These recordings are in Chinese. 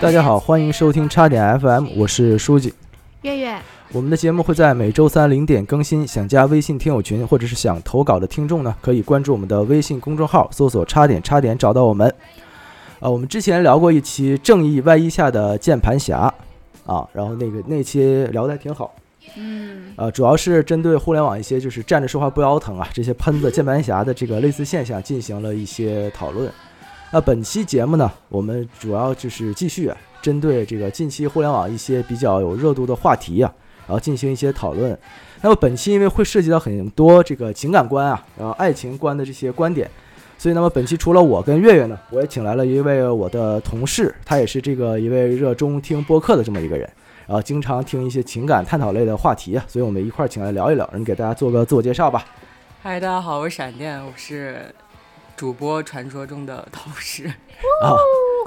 大家好，欢迎收听叉点 FM，我是书记。月月，我们的节目会在每周三零点更新。想加微信听友群或者是想投稿的听众呢，可以关注我们的微信公众号，搜索“叉点叉点”找到我们。啊，我们之前聊过一期《正义外衣下的键盘侠》啊，然后那个那期聊得还挺好。嗯，呃，主要是针对互联网一些就是站着说话不腰疼啊，这些喷子、键盘侠的这个类似现象进行了一些讨论。那本期节目呢，我们主要就是继续啊针对这个近期互联网一些比较有热度的话题啊，然后进行一些讨论。那么本期因为会涉及到很多这个情感观啊，然后爱情观的这些观点，所以那么本期除了我跟月月呢，我也请来了一位我的同事，他也是这个一位热衷听播客的这么一个人。然后啊经常听一些情感探讨类的话题啊，所以我们一块儿请来聊一聊，你给大家做个自我介绍吧。嗨，大家好，我是闪电，我是主播传说中的导师。啊，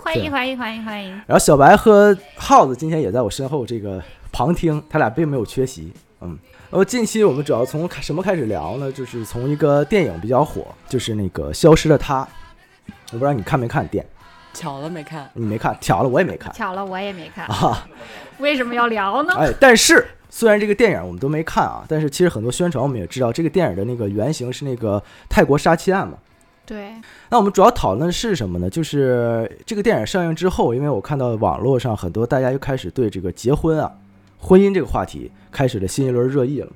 欢迎欢迎欢迎欢迎，然后小白和耗子今天也在我身后这个旁听，他俩并没有缺席。嗯，然后近期我们主要从什么开始聊呢？就是从一个电影比较火，就是那个《消失的她》，我不知道你看没看电，巧了没看？你没看，巧了我也 没看巧了我也没看，啊。为什么要聊呢？哎，但是虽然这个电影我们都没看啊，但是其实很多宣传我们也知道，这个电影的那个原型是那个泰国杀妻案嘛。对，那我们主要讨论的是什么呢？就是这个电影上映之后，因为我看到网络上很多大家又开始对这个结婚啊、婚姻这个话题开始了新一轮热议了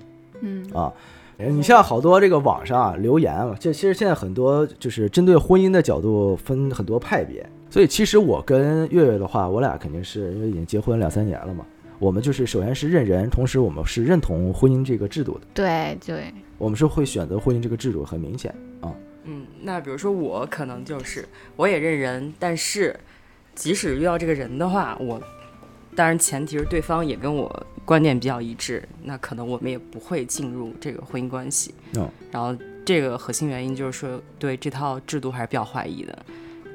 嗯啊。你像好多这个网上啊留言啊，这其实现在很多就是针对婚姻的角度分很多派别，所以其实我跟月月的话，我俩肯定是因为已经结婚两三年了嘛，我们就是首先是认人，同时我们是认同婚姻这个制度的，对对，我们是会选择婚姻这个制度，很明显啊。嗯，那比如说我可能就是我也认人，但是即使遇到这个人的话，我当然前提是对方也跟我观点比较一致，那可能我们也不会进入这个婚姻关系。哦然后这个核心原因就是说对这套制度还是比较怀疑的。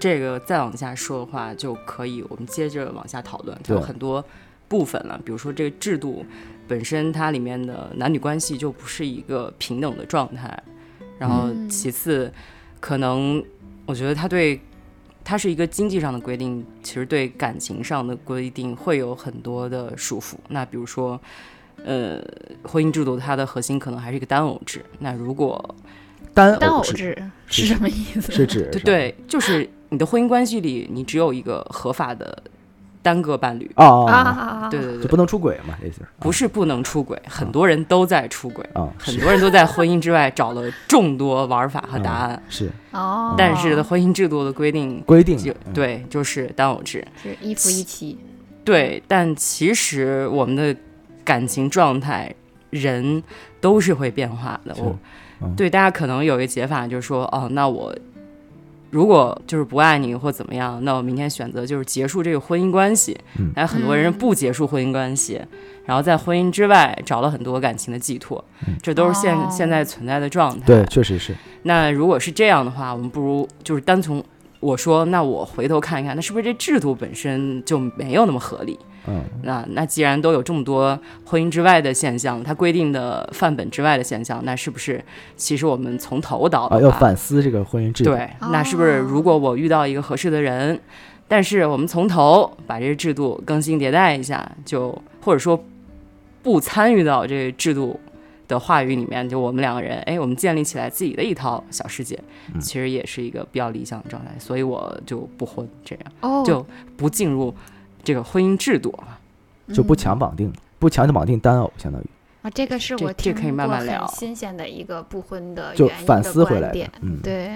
这个再往下说的话，就可以我们接着往下讨论，它有对很多部分了，比如说这个制度本身它里面的男女关系就不是一个平等的状态，然后嗯其次，可能我觉得它对它是一个经济上的规定，其实对感情上的规定会有很多的束缚。那比如说，呃，婚姻制度它的核心可能还是一个单偶制。那如果单单偶制制呃是是什么意思？是指对是吧对，就是你的婚姻关系里，你只有一个合法的单个伴侣。啊啊啊啊啊啊，啊，啊对，对就对，不能出轨嘛，意思是不是不能出轨，很多人都在出轨，啊，很是嗯多人都在婚姻之外找了众多玩法和答案。是哦，但是的婚姻制度的规定规定就嗯对，就是单偶制。是一夫一妻，对，但其实我们的感情状态，人都是会变化的。是我、嗯对大家可能有一个解法，就是说，哦，那我如果就是不爱你或怎么样，那我明天选择就是结束这个婚姻关系。嗯还有很多人不结束婚姻关系，然后在婚姻之外找了很多感情的寄托，嗯这都是现、哦现在存在的状态。对，确实是那如果是这样的话，我们不如就是单从我说，那我回头看一看，那是不是这制度本身就没有那么合理？嗯，那那既然都有这么多婚姻之外的现象，它规定的范本之外的现象，那是不是其实我们从头倒的啊，话，要反思这个婚姻制度。哦对，那是不是如果我遇到一个合适的人，但是我们从头把这个制度更新迭代一下，就或者说不参与到这个制度的话语里面，就我们两个人，哎，我们建立起来自己的一套小世界，其实也是一个比较理想的状态，所以我就不婚，这样哦，就不进入这个婚姻制度了。就不嗯强绑定，不强绑定单偶，相当于啊，这个是这我这听可以慢过慢很聊新鲜的一个不婚的就呃原因反的思回观来点的。嗯，对，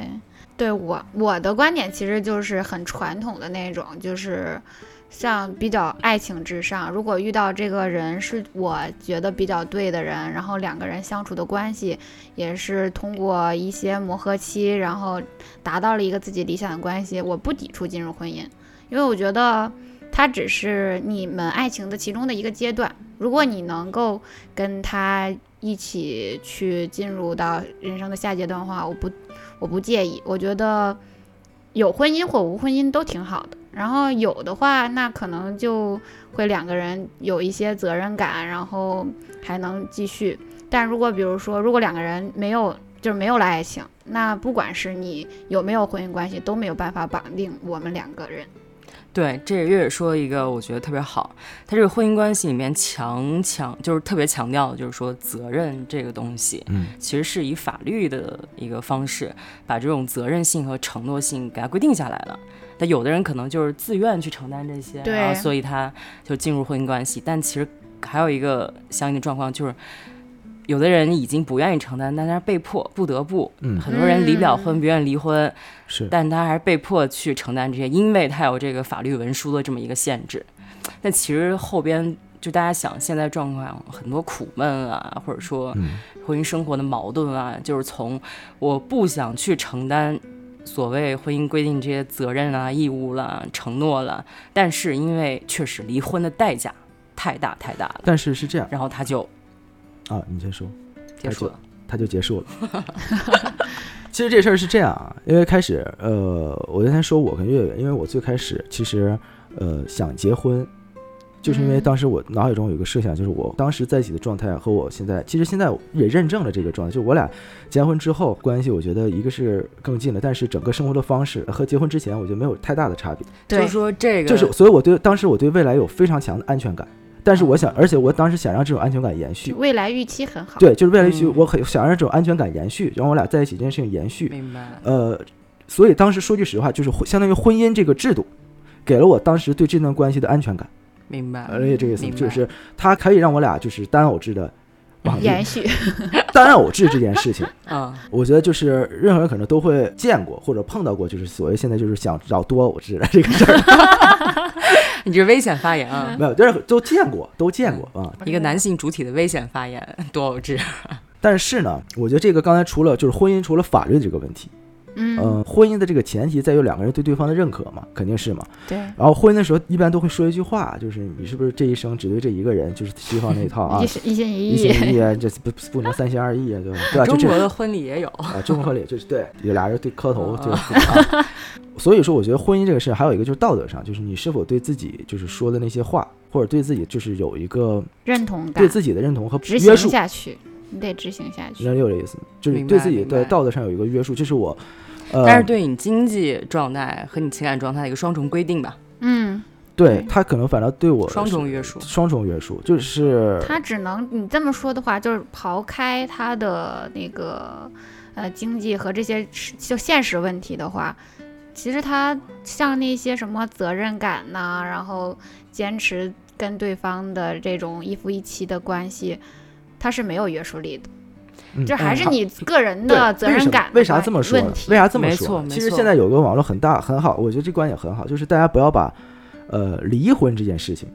对我我的观点其实就是很传统的那种，就是像比较爱情至上。如果遇到这个人是我觉得比较对的人，然后两个人相处的关系也是通过一些磨合期，然后达到了一个自己理想的关系，我不抵触进入婚姻，因为我觉得。它只是你们爱情的其中的一个阶段。如果你能够跟他一起去进入到人生的下阶段的话，我不我不介意，我觉得有婚姻或无婚姻都挺好的。然后有的话，那可能就会两个人有一些责任感，然后还能继续。但如果比如说，如果两个人没有就是没有了爱情，那不管是你有没有婚姻关系，都没有办法绑定我们两个人。对，这月月说一个我觉得特别好，他这个婚姻关系里面强强就是特别强调的就是说责任这个东西，嗯，其实是以法律的一个方式把这种责任性和承诺性给它规定下来了。但有的人可能就是自愿去承担这些，对然后所以他就进入婚姻关系。但其实还有一个相应的状况就是，有的人已经不愿意承担，但他是被迫不得不，嗯很多人离不了婚，嗯不愿意离婚，是但他还是被迫去承担这些，因为他有这个法律文书的这么一个限制。但其实后边就大家想，现在状况很多苦闷啊，或者说嗯婚姻生活的矛盾啊，就是从我不想去承担所谓婚姻规定这些责任啊、义务啦、承诺啦，但是因为确实离婚的代价太大太大了，但是是这样然后他就啊，你先说。结束了。它就结束了。 其实这事儿是这样啊，因为开始，呃，我刚才说我跟月月，因为我最开始其实，呃，想结婚，就是因嗯为当时我脑海中有一个设想，就是我当时在一起的状态和我现在，其实现在也认证了这个状态，就我俩结完婚之后关系，我觉得一个是更近了，但是整个生活的方式和结婚之前我觉得没有太大的差别。就是对，说这个，就是，所以我对当时我对未来有非常强的安全感，但是我想，而且我当时想让这种安全感延续。未来预期很好。对，就是为了去，嗯我很想让这种安全感延续，然后我俩在一起这件事情延续。明白了。呃，所以当时说句实话，就是婚相当于婚姻这个制度，给了我当时对这段关系的安全感。明白了而且这个意思明白就是，它可以让我俩就是单偶制的往延续，单偶制这件事情，嗯，我觉得就是任何人可能都会见过或者碰到过，就是所谓现在就是想找多偶制的这个事儿，你这危险发言啊！没有，就是都见过，都见过啊。 一个男性主体的危险发言，多偶制。但是呢，我觉得这个刚才除了就是婚姻，除了法律这个问题，嗯，嗯，婚姻的这个前提在于两个人对对方的认可嘛，肯定是嘛。对，然后婚姻的时候一般都会说一句话，就是你是不是这一生只对这一个人，就是西方那一套啊 一，心一心一一意，心一意 啊，这不不能三心二意啊，对吧？对吧？就中这国的婚礼也有，啊，中国婚礼就是对，有俩人对磕头 就是啊。所以说，我觉得婚姻这个事儿还有一个就是道德上，就是你是否对自己就是说的那些话，或者对自己就是有一个认同感对，自己的认同和执约行束，下去，你得执行下去你。有这意思吗，就是明白对自己明白的道德上有一个约束，这是我。呃、但是对你经济状态和你情感状态的一个双重规定吧，嗯，对他可能反倒对我双是重约束。双重约束，就是他只能你这么说的话，就是刨开他的那个呃经济和这些实就现实问题的话，其实他像那些什么责任感呐、然后坚持跟对方的这种一夫一妻的关系。他是没有约束力的，嗯就还是嗯你个人对的责任感为什么为啥这么说呢问？题为啥这么没说错呢？没其实错现在有个网络很大很好，我觉得这观点很好，就是大家不要把呃离婚这件事情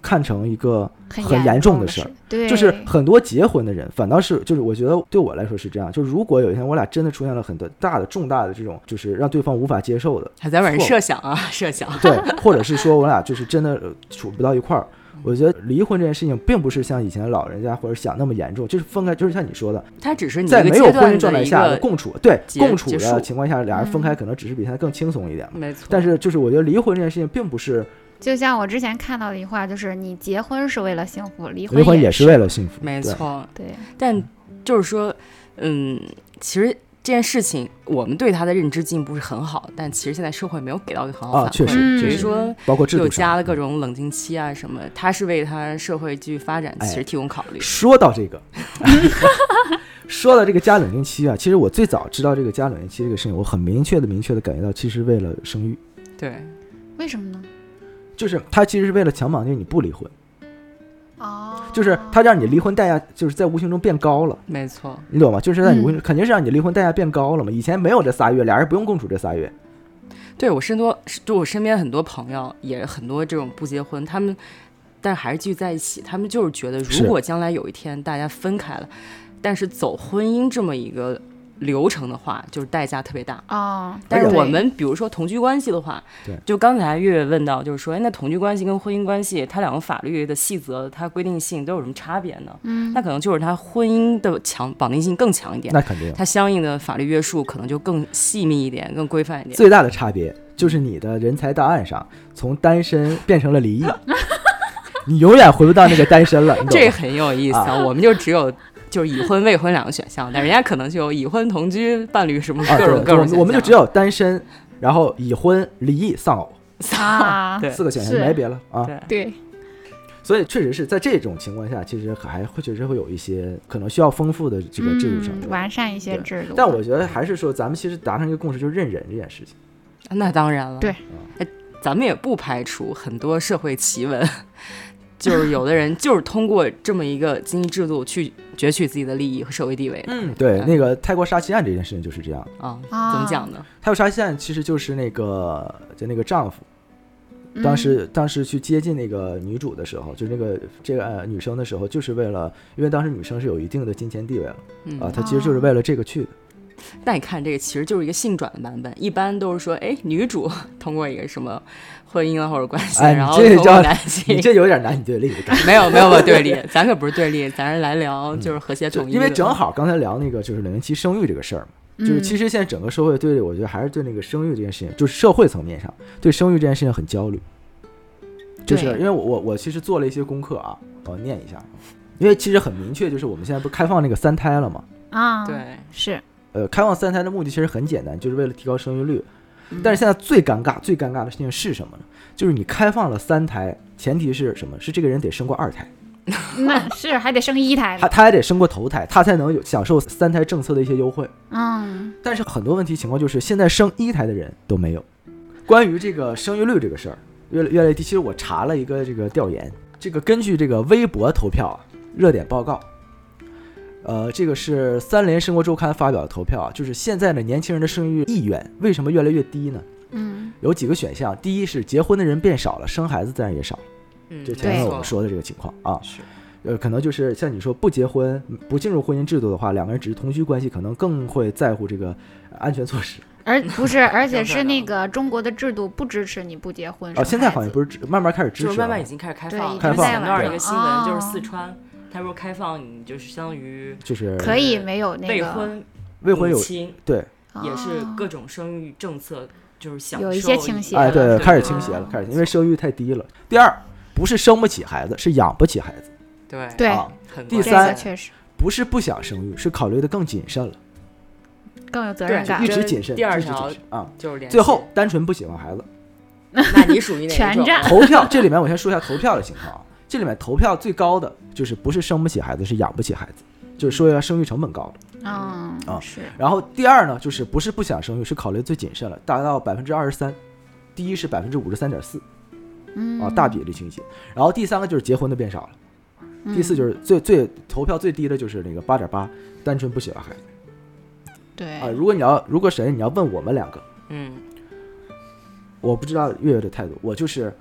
看成一个很很严重重的事事儿，对，就是很多结婚的人反倒是就是我觉得对我来说是这样，就是如果有一天我俩真的出现了很多大的重大的这种就是让对方无法接受 的，还在玩错设想啊，设想。对，或者是说我俩就是真的呃处不到一块儿。我觉得离婚这件事情并不是像以前老人家或者想那么严重，就是分开，就是像你说的，它只是你在一个没有阶婚段姻状的态一下的个，共处，对结共处结的束嗯情况下，俩人分开嗯可能只是比现在更轻松一点嘛。没错。但是就是我觉得离婚这件事情并不是就像我之前看到的一句话，就是你结婚是为了幸福，离离婚也也是为了幸福，没对，错，对，但就是说，嗯，其实这件事情我们对它的认知进步是很好，但其实现在社会没有给到一个很好啊的反确馈。实嗯比确如实，说，包括制又度加上。嗯了各种冷静期啊什么，它是为它社会继续发展哎其实提供考虑。说到这个， 说到这个加冷静期啊，其实我最早知道这个加冷静期这个事情，我很明确的、明确的感觉到，其实为了生育，对，为什么呢？就是他其实是为了强绑定你不离婚，哦，就是他让你离婚代价就是在无形中变高了。没错，你懂吗？就是在你婚嗯肯定是让你离婚代价变高了嘛。以前没有这仨月，俩人不用共处这仨月，对我身多，就我身边很多朋友也很多这种不结婚，他们但还是继续在一起，他们就是觉得是如果将来有一天大家分开了，但是走婚姻这么一个流程的话，就是代价特别大。哦，但是对我们比如说同居关系的话对，就刚才月月问到，就是说，哎，那同居关系跟婚姻关系，它两个法律的细则、它规定性都有什么差别呢？嗯那可能就是它婚姻的强绑定性更强一点，那肯定。它相应的法律约束可能就更细密一点，更规范一点。最大的差别就是你的人才档案上从单身变成了离 异，你永远回不到那个单身了，你懂这吗？很有意思啊！我们就只有就是已婚未婚两个选项，但人家可能就有已婚同居、伴侣什么啊，各种对，各就种 是我们我们就只有有单身，然后已婚、离异、丧偶， 啊，对四个选项是没别了啊。对对，所以确实是在这种情况下，其实还会确实会有一些可能需要丰富的这个制度上的嗯、完善一些制嗯度。但我觉得还是说，咱们其实达成一个共识，就是认人这件事情。啊那当然了，对哎，咱们也不排除很多社会奇闻，就是有的人就是通过这么一个经济制度去攫取自己的利益和社会地位的嗯，对，嗯那个泰国杀妻案这件事情就是这样。啊。啊怎么讲呢？泰国杀妻案其实就是那个就那个丈夫，嗯当时当时去接近那个女主的时候，就是那个这个、呃、女生的时候，就是为了，因为当时女生是有一定的金钱地位了嗯，啊，她其实就是为了这个去的。那你看这个其实就是一个性转的版本，一般都是说，哎，女主 通过一个什么婚姻啊或者关系，哎你然后这通过叫男你性，这有点男女对立的 感觉。没有没有没有对立，咱可不是对立，咱是来聊就是和谐嗯就统一的，嗯因为正好刚才聊那个就是零零七生育这个事儿嘛，就是嗯其实现在整个社会对我觉得还是对那个生育这件事情，就是社会层面上对生育这件事情很焦虑。就是对因为我我我其实做了一些功课啊，我念一下，因为其实很明确，就是我们现在不是开放那个三胎了嘛？啊，，对， 是，呃，开放三胎的目的其实很简单，就是为了提高生育率。但是现在最尴尬、最尴尬的事情是什么呢？就是你开放了三胎，前提是什么？是这个人得生过二胎，那是还得生一胎他呢，他还得生过头胎，他才能有享受三胎政策的一些优惠。嗯，但是很多问题情况就是，现在生一胎的人都没有。关于这个生育率这个事儿，越来越来越低。其实我查了一个这个调研，这个根据这个微博投票啊，热点报告，呃，这个是三联生活周刊发表的投票啊，就是现在的年轻人的生育意愿为什么越来越低呢？ 嗯，有几个选项，第一是结婚的人变少了，生孩子自然也少了，嗯就前面对我们说的这个情况啊。是呃，可能就是像你说不结婚、不进入婚姻制度的话，两个人只是同居关系，可能更会在乎这个呃安全措施。而不是，而且有可是能那个中国的制度不支持你不结婚啊，现在好像不是是支慢慢开始支持就了是啊，慢慢已经开始开对放了。已经就是在前往段儿上有一个新闻，就是哦四川，他说开放你就是相当于就是可以没有那个未婚未婚有母亲，对，也是哦各种生育政策就是享受有一些倾斜哎对，开始嗯对倾斜了啊，开始倾斜因为生育太低了。第二，不是生不起孩子，是养不起孩子。对对啊很第这三个确实不是不想生育，是考虑的更谨慎了，更有责任对感一就，直谨慎，第一二直谨条嗯慎啊。就是连最后，单纯不喜欢孩子。那你属于哪一全种啊占投票这里面我先说一下投票的情况啊，这里面投票最高的就是不是生不起孩子，是养不起孩子，就是说要生育成本高的。嗯啊，是，然后第二呢，就是不是不想生育，是考虑最谨慎了，达到百分之二十三。第一是百分之五十三点四嗯，啊，大比例倾斜。然后第三个就是结婚的变少了，嗯，第四就是最最投票最低的就是那个八点八，单纯不喜欢孩子对啊。如果你要如果谁你要问我们两个，嗯，我不知道月月的态度，我就是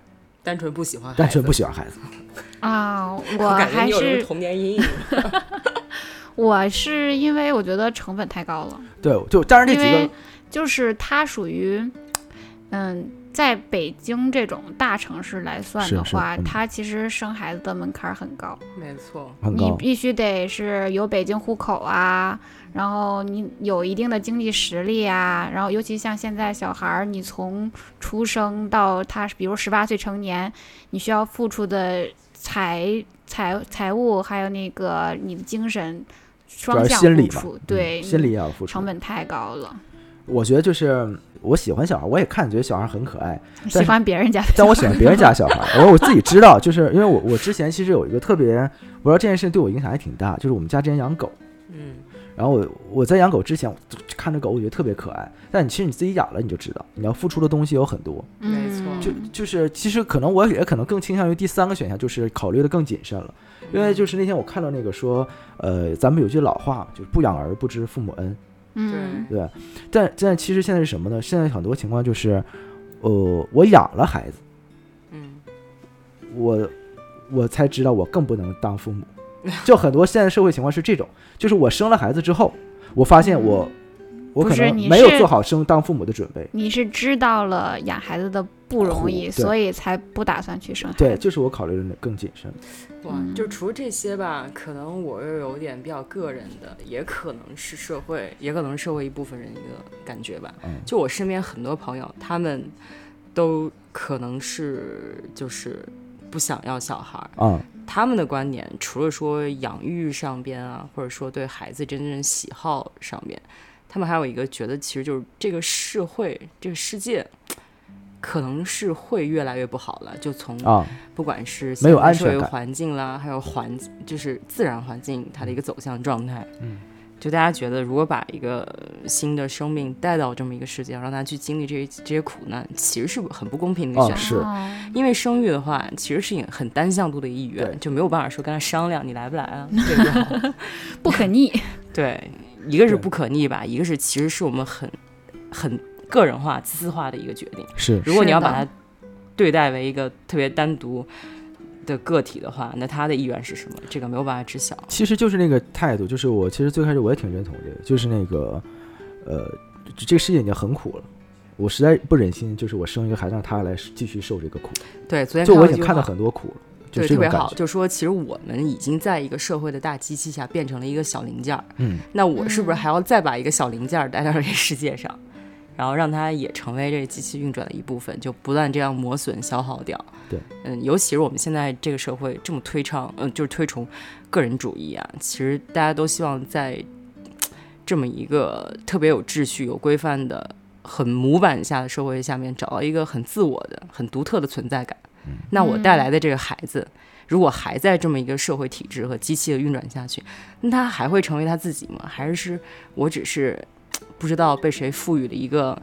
单纯不喜欢孩子，单纯不喜欢孩子。啊，我我感觉还你有什是么童年阴影。 我是因为我觉得成本太高了，对，就当然这因几个为就是它属于，嗯，在北京这种大城市来算是的是话，嗯它其实生孩子的门槛儿很高，没错，很你高，必须得是有北京户口啊，然后你有一定的经济实力啊，然后尤其像现在小孩儿，你从出生到他比如十八岁成年，你需要付出的财财财务还有那个你的精神主要双是向心理付嘛出，，嗯对，心理也要付出成。本太高了，我觉得就是我喜欢小孩，我也看觉得小孩很可 爱，是喜欢别人家的但我喜欢别人家小孩，而我自己知道，就是因为我我之前其实有一个特别，我知道这件事对我影响还挺大，就是我们家之前养狗，嗯，然后我我在养狗之前，我就看着狗我觉得特别可爱，但你其实你自己养了你就知道，你要付出的东西有很多，没错嗯就就是其实可能我也可能更倾向于第三个选项，就是考虑的更谨慎了，因为就是那天我看到那个说，呃，咱们有句老话就是不养儿不知父母恩，嗯，对吧，但但其实现在是什么呢？现在很多情况就是，呃，我养了孩子。嗯，我我才知道我更不能当父母。就很多现在社会情况是这种，就是我生了孩子之后，我发现我、不我嗯可是能你没有是做好生当父母的准备。你是知道了养孩子的不容易，苦对所以才不打算去生孩子，对，就是我考虑的更谨慎。哇，就除了这些吧，可能我又有点比较个人的，也可能是社会，也可能是社会一部分人一个感觉吧。嗯就我身边很多朋友，他们都可能是就是不想要小孩儿，啊、他们的观点除了说养育上边啊，或者说对孩子真正喜好上边，他们还有一个觉得，其实就是这个社会、这个世界可能是会越来越不好了。就从啊，不管是没有安社会全感环境啦，还有环就是自然环境它的一个走向状态。嗯，就大家觉得，如果把一个新的生命带到这么一个世界，让他去经历这些这些苦难，其实是很不公平的一个哦选择。是哦因为生育的话，其实是一个很单向度的意对愿，就没有办法说跟他商量你来不 来啊，对不对？不可逆。对，一个是对不可逆吧，一个是其实是我们很很个人化、自私化的一个决定。是如果你要是的把它对待为一个特别单独的个体的话，那他的意愿是什么？这个没有办法知晓。其实就是那个态度，就是我其实最开始我也挺认同这个，就是那个，呃，这这个世界已经很苦了，我实在不忍心，就是我生一个孩子让他来继续受这个苦，对，昨天就我到已一经句看到话很多苦了，就对是这特种别感好，觉，就说其实我们已经在一个社会的大机器下变成了一个小零件儿，嗯，那我是不是嗯还要再把一个小零件儿带到这个世界上，然后让它也成为这个机器运转的一部分，就不断这样磨损消耗掉？对，嗯，尤其是我们现在这个社会这么推倡，嗯、就是推崇个人主义啊，其实大家都希望在这么一个特别有秩序、有规范的、很模板下的社会下面，找到一个很自我的、很独特的存在感。嗯那我带来的这个孩子，如果还在这么一个社会体制和机器的运转下去，那他还会成为他自己吗？还是是我只是嘖不知道被谁赋予了一个，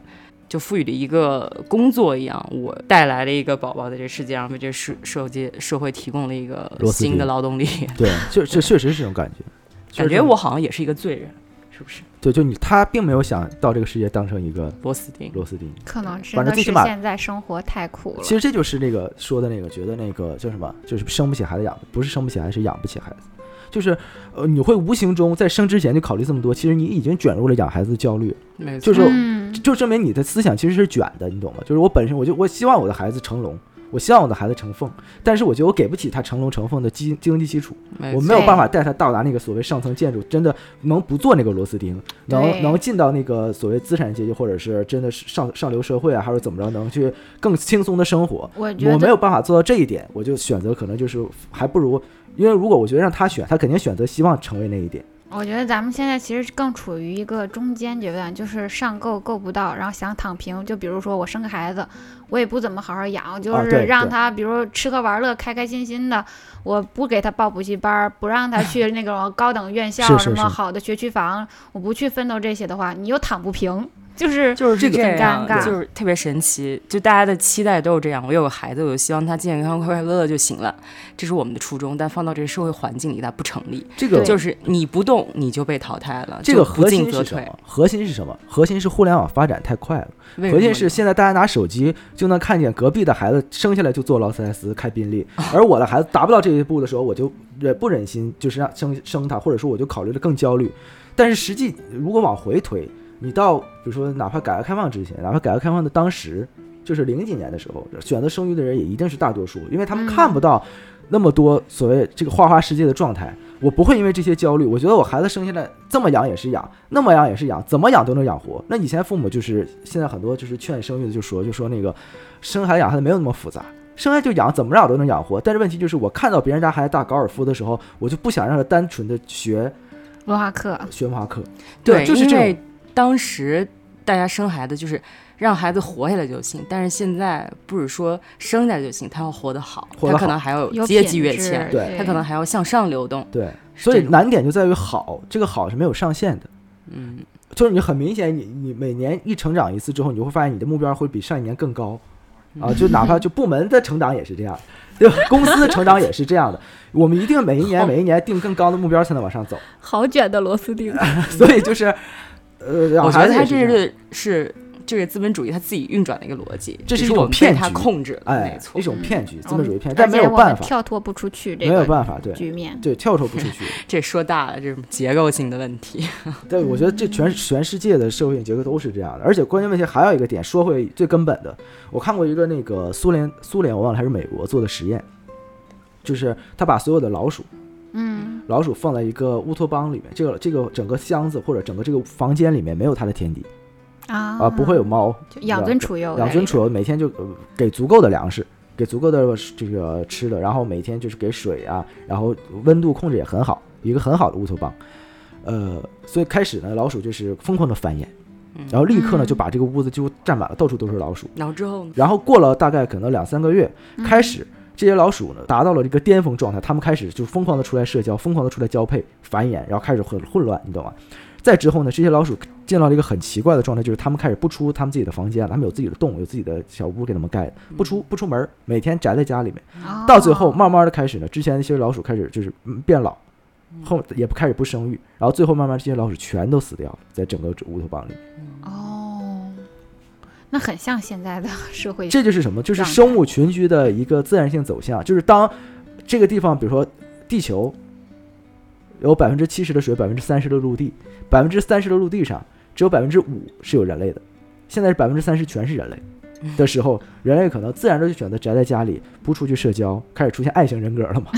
就赋予了一个工作一样，我带来了一个宝宝在这世界上，为这社社界社会提供了一个螺丝新的钉劳动力，对，就就确实是这种感觉，感就觉是我好像也是一个罪人，是不是？对，就你他并没有想到这个世界当成一个螺丝钉。螺丝钉，可能真反正的最起是码现在生活太苦了。其实这就是那个说的那个，觉得那个叫什么，就是生不起孩子养，不是生不起孩子，是养不起孩子。就是，呃，你会无形中在生之前就考虑这么多，其实你已经卷入了养孩子的焦虑，没就错，是嗯，就证明你的思想其实是卷的，你懂吗？就是我本身我就我希望我的孩子成龙，我希望我的孩子成凤，但是我觉得我给不起他成龙成凤的经经济基础，哎我没有对办法带他到达那个所谓上层建筑，真的能不做那个螺丝钉，能对能进到那个所谓资产阶级，或者是真的是上上流社会啊，还是怎么着，能去更轻松的生活。我觉我没得有办法做到这一点，我就选择可能就是还不如，因为如果我觉得让他选，他肯定选择希望成为那一点。我觉得咱们现在其实更处于一个中间阶段，就是上够够不到，然后想躺平。就比如说我生个孩子，我也不怎么好好养，我就啊对是让对他，比如吃喝玩乐，开开心心的。我不给他报补习班儿，不让他去那种高等院校 是是什么是好的学区房，我不去奋斗这些的话，你又躺不平，就是就是这个这样，很尴尬就是特别神奇，就大家的期待都是这样。我有个孩子，我就希望他健健康康、快快乐乐就行了，这是我们的初衷。但放到这个社会环境里，它不成立。这个对就是你不动，你就被淘汰了，这个就不核进心则是什退。么？核心是什么？核心是互联网发展太快了。为核什心么是现在大家拿手机就能看见隔壁的孩子生下来就坐劳斯莱斯、开宾 利，而我的孩子达不到这一步的时候，我就忍不忍心就是让生生他，或者说我就考虑的更焦虑。但是实际如果往回推，你到比如说哪怕改革开放之前，哪怕改革开放的当时，就是零几年的时候，选择生育的人也一定是大多数，因为他们嗯看不到那么多所谓这个花花世界的状态。我不会因为这些焦虑，我觉得我孩子生下来这么养也是养，那么养也是养，怎么养都能养活。那以前父母就是现在很多就是劝生育的就说就说那个生孩子养孩子没有那么复杂，生下来就养，怎么养都能养活。但是问题就是我看到别人家孩子打高尔夫的时候，我就不想让他单纯的学文化课，学文化课，对，就是这因种为当时大家生孩子就是让孩子活下来就行，但是现在不是说生下来就行，他要活得好，活得他好可能还要有有阶品级跃质迁，对他可能还要向上流动。对，是所这以种难点就在于好，这个好是没有上限的。嗯，就是你很明显你，你每年一成长一次之后，你就会发现你的目标会比上一年更高，啊，嗯就哪怕就部门的成长也是这样，对吧？ 公司的成长也是这样的。我们一定每一年每一年定更高的目标才能往上走， 好卷的螺丝钉。所以就是，呃，我养觉孩得子他也是这这样是是这个资本主义他自己运转的一个逻辑，这是只一是种我们被骗他局控制了，没哎错嗯一，种骗局，资我本们主义骗，而但没且有我办们法，跳脱不出去这没有个办法，对局面。对，跳脱不出去。这说大了，这是结构性的问题。对，我觉得这全全世界的社会结构都是这样的，而且关键问题还有一个点，说回最根本的，我看过一个那个苏联苏联我忘了还是美国做的实验，就是他把所有的老鼠嗯，老鼠放在一个乌托邦里面，这个这个整个箱子或者整个这个房间里面没有它的天敌啊啊，不会有猫，就养对尊处优，养尊处，优，每天就呃给足够的粮食，给足够的这个吃的，然后每天就是给水啊，然后温度控制也很好，一个很好的乌托邦。呃，所以开始呢，老鼠就是疯狂的繁衍，然后立刻呢嗯就把这个屋子几乎占满了，到处都是老鼠。然后之后呢？然后过了大概可能两三个月，嗯开始这些老鼠呢达到了这个巅峰状态，它们开始就疯狂的出来社交，疯狂的出来交配繁衍，然后开始混混乱，你懂吗？再之后呢，这些老鼠进到了一个很奇怪的状态，就是它们开始不出它们自己的房间了，它们有自己的洞，有自己的小屋给它们盖，不出不出门，每天宅在家里面。到最后，哦慢慢的开始呢，之前那些老鼠开始就是嗯变老，后也不开始不生育，然后最后慢慢这些老鼠全都死掉了，在整个乌托邦里。哦，那很像现在的社会，这就是什么？就是状态生物群居的一个自然性走向，就是当这个地方，比如说地球有百分之七十的水，百分之三十的陆地，百分之三十的陆地上只有百分之五是有人类的，现在是百分之三十全是人类的时候，人类可能自然的就选择宅在家里，不出去社交，开始出现爱型人格了嘛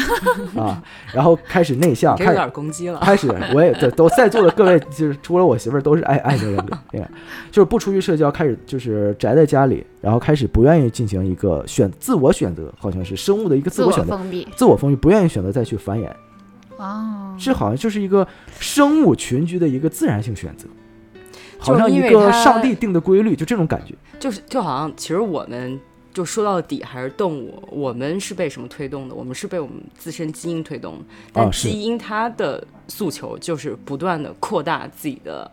啊，然后开始内向，嗯这啊开有始点攻 击了。开始，我也对，都在座的各位，就是除了我媳妇儿，都是爱爱 情人格，对，就是不出去社交，开始就是宅在家里，然后开始不愿意进行一个选自我选择，好像是生物的一个自自我我选择，封闭自我封闭，不愿意选择再去繁衍，哦，这好像就是一个生物群居的一个自然性选择，好就是像一因为个它上帝定的规律，就这种感觉。就是就好像其实我们就说到底还是动物，我们是被什么推动的？我们是被我们自身基因推动的，但哦是基因它的诉求就是不断的扩大自己的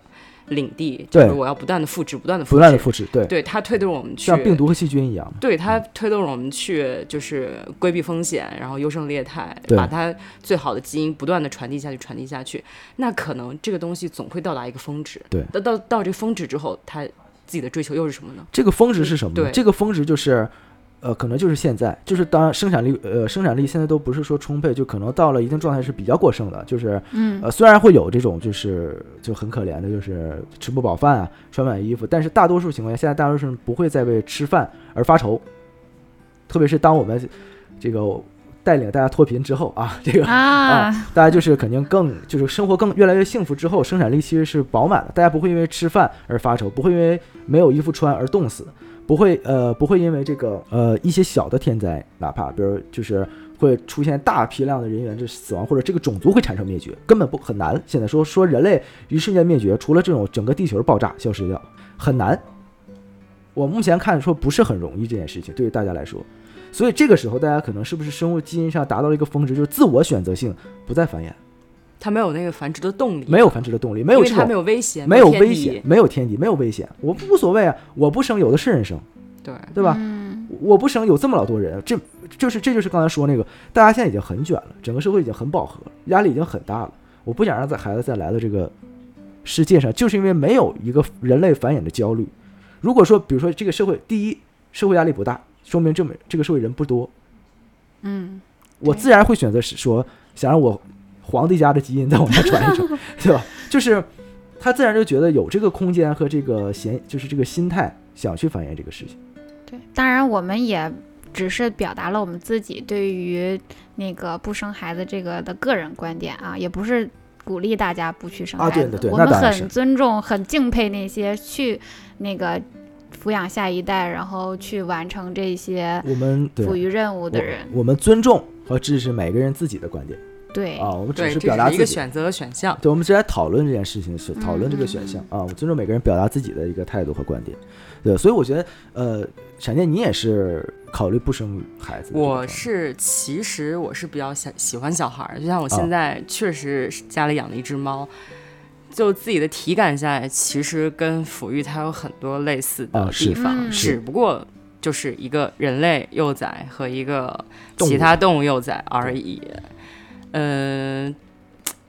领地，就对是我要不断的复制，不断的复制，不断的复制，对，对它推动我们去像病毒和细菌一样嘛，对它推动了我们去就是规避风险，然后优胜劣汰，对把它最好的基因不断的传递下去，传递下去。那可能这个东西总会到达一个峰值。对到到到这个峰值之后，它自己的追求又是什么呢？这个峰值是什么呢？对这个峰值就是，呃，可能就是现在，就是当然生产力，呃，生产力现在都不是说充沛，就可能到了一定状态是比较过剩的，就是，嗯呃，虽然会有这种就是就很可怜的，就是吃不饱饭啊，穿不暖衣服，但是大多数情况下，现在大多数人不会再为吃饭而发愁，特别是当我们这个带领大家脱贫之后啊，这个啊，大家就是肯定更就是生活更越来越幸福之后，生产力其实是饱满的，大家不会因为吃饭而发愁，不会因为没有衣服穿而冻死，不会呃不会因为这个呃一些小的天灾，哪怕比如就是会出现大批量的人员这死亡，或者这个种族会产生灭绝，根本不很难。现在说说人类一瞬间灭绝，除了这种整个地球爆炸消失掉，很难。我目前看说不是很容易这件事情，对于大家来说，所以这个时候大家可能是不是生物基因上达到了一个峰值，就是自我选择性不再繁衍，它没有那个繁殖的动力，没有繁殖的动力，没有因为这它没种有威胁，没有天危敌险，。没有天敌，没有危险，我无所谓啊，我不生有的是人生，对，对吧？嗯我不生有这么老多人，啊这就是这就是刚才说那个，大家现在已经很卷了，整个社会已经很饱和了，压力已经很大了。我不想让这孩子再来到这个世界上，就是因为没有一个人类繁衍的焦虑。如果说，比如说这个社会，第一，社会压力不大，说明这么这个社会人不多，嗯，我对自然会选择是说想让我皇帝家的基因再往下 传一传，对吧？就是他自然就觉得有这个空间和这个闲，就是这个心态想去繁衍这个事情。对，当然我们也只是表达了我们自己对于那个不生孩子这个的个人观点啊，也不是鼓励大家不去生啊孩子。对对对我那们当然是很尊重、很敬佩那些去那个抚养下一代，然后去完成这些我们对啊抚育任务的我人。我们尊重和支持每个人自己的观点对，啊，我们只对，是这表达是一自个己。选择的选项。对，我们只是来讨论这件事情，是讨论这个嗯选项啊。我尊重每个人表达自己的一个态度和观点，对，所以我觉得，呃，闪电你也是考虑不生孩子的这个状态，我是其实我是比较喜喜欢小孩儿，就像我啊现在确实是家里养了一只猫，就自己的体感下来，其实跟抚育它有很多类似啊的是地方，嗯是只不过就是一个人类幼崽和一个动物其他动物幼崽而已。嗯、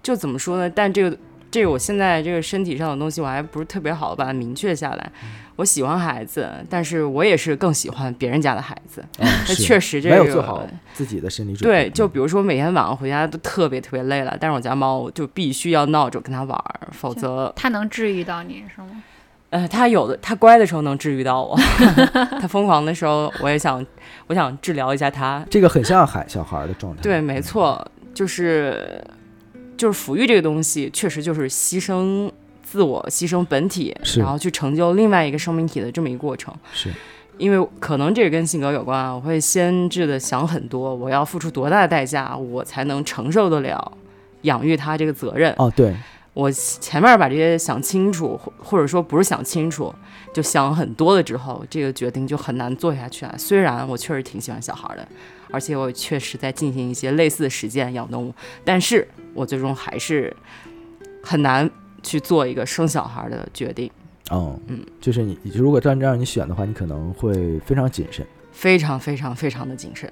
就怎么说呢？但这个这个我现在这个身体上的东西，我还不是特别好把它明确下来。嗯我喜欢孩子，但是我也是更喜欢别人家的孩子。啊， 那是确实这没个有做好嗯自己的心理准备。对，就比如说每天晚上回家都特别特别累了，但是我家猫就必须要闹着跟它玩儿，否则，他能治愈到你是吗？呃，它有的它乖的时候能治愈到我，它疯狂的时候我也想，我想治疗一下它。这个很像孩小孩儿的状态。嗯对，没错，就是就是抚育这个东西，确实就是牺牲自我、牺牲本体，是然后去成就另外一个生命体的这么一个过程。是因为可能这个跟性格有关啊，我会先制的想很多，我要付出多大的代价，我才能承受得了养育他这个责任。哦，对，我前面把这些想清楚，或或者说不是想清楚，就想很多了之后，这个决定就很难做下去啊。虽然我确实挺喜欢小孩的，而且我确实在进行一些类似的实践养动物，但是我最终还是很难去做一个生小孩的决定，哦，嗯，就是你，你如果照这样你选的话，你可能会非常谨慎。非常非常非常的谨慎。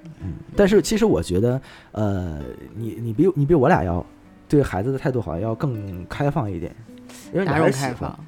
但是其实我觉得，呃，你你比你比我俩要对孩子的态度好像要更开放一点，因为你哪还种是喜开欢放，？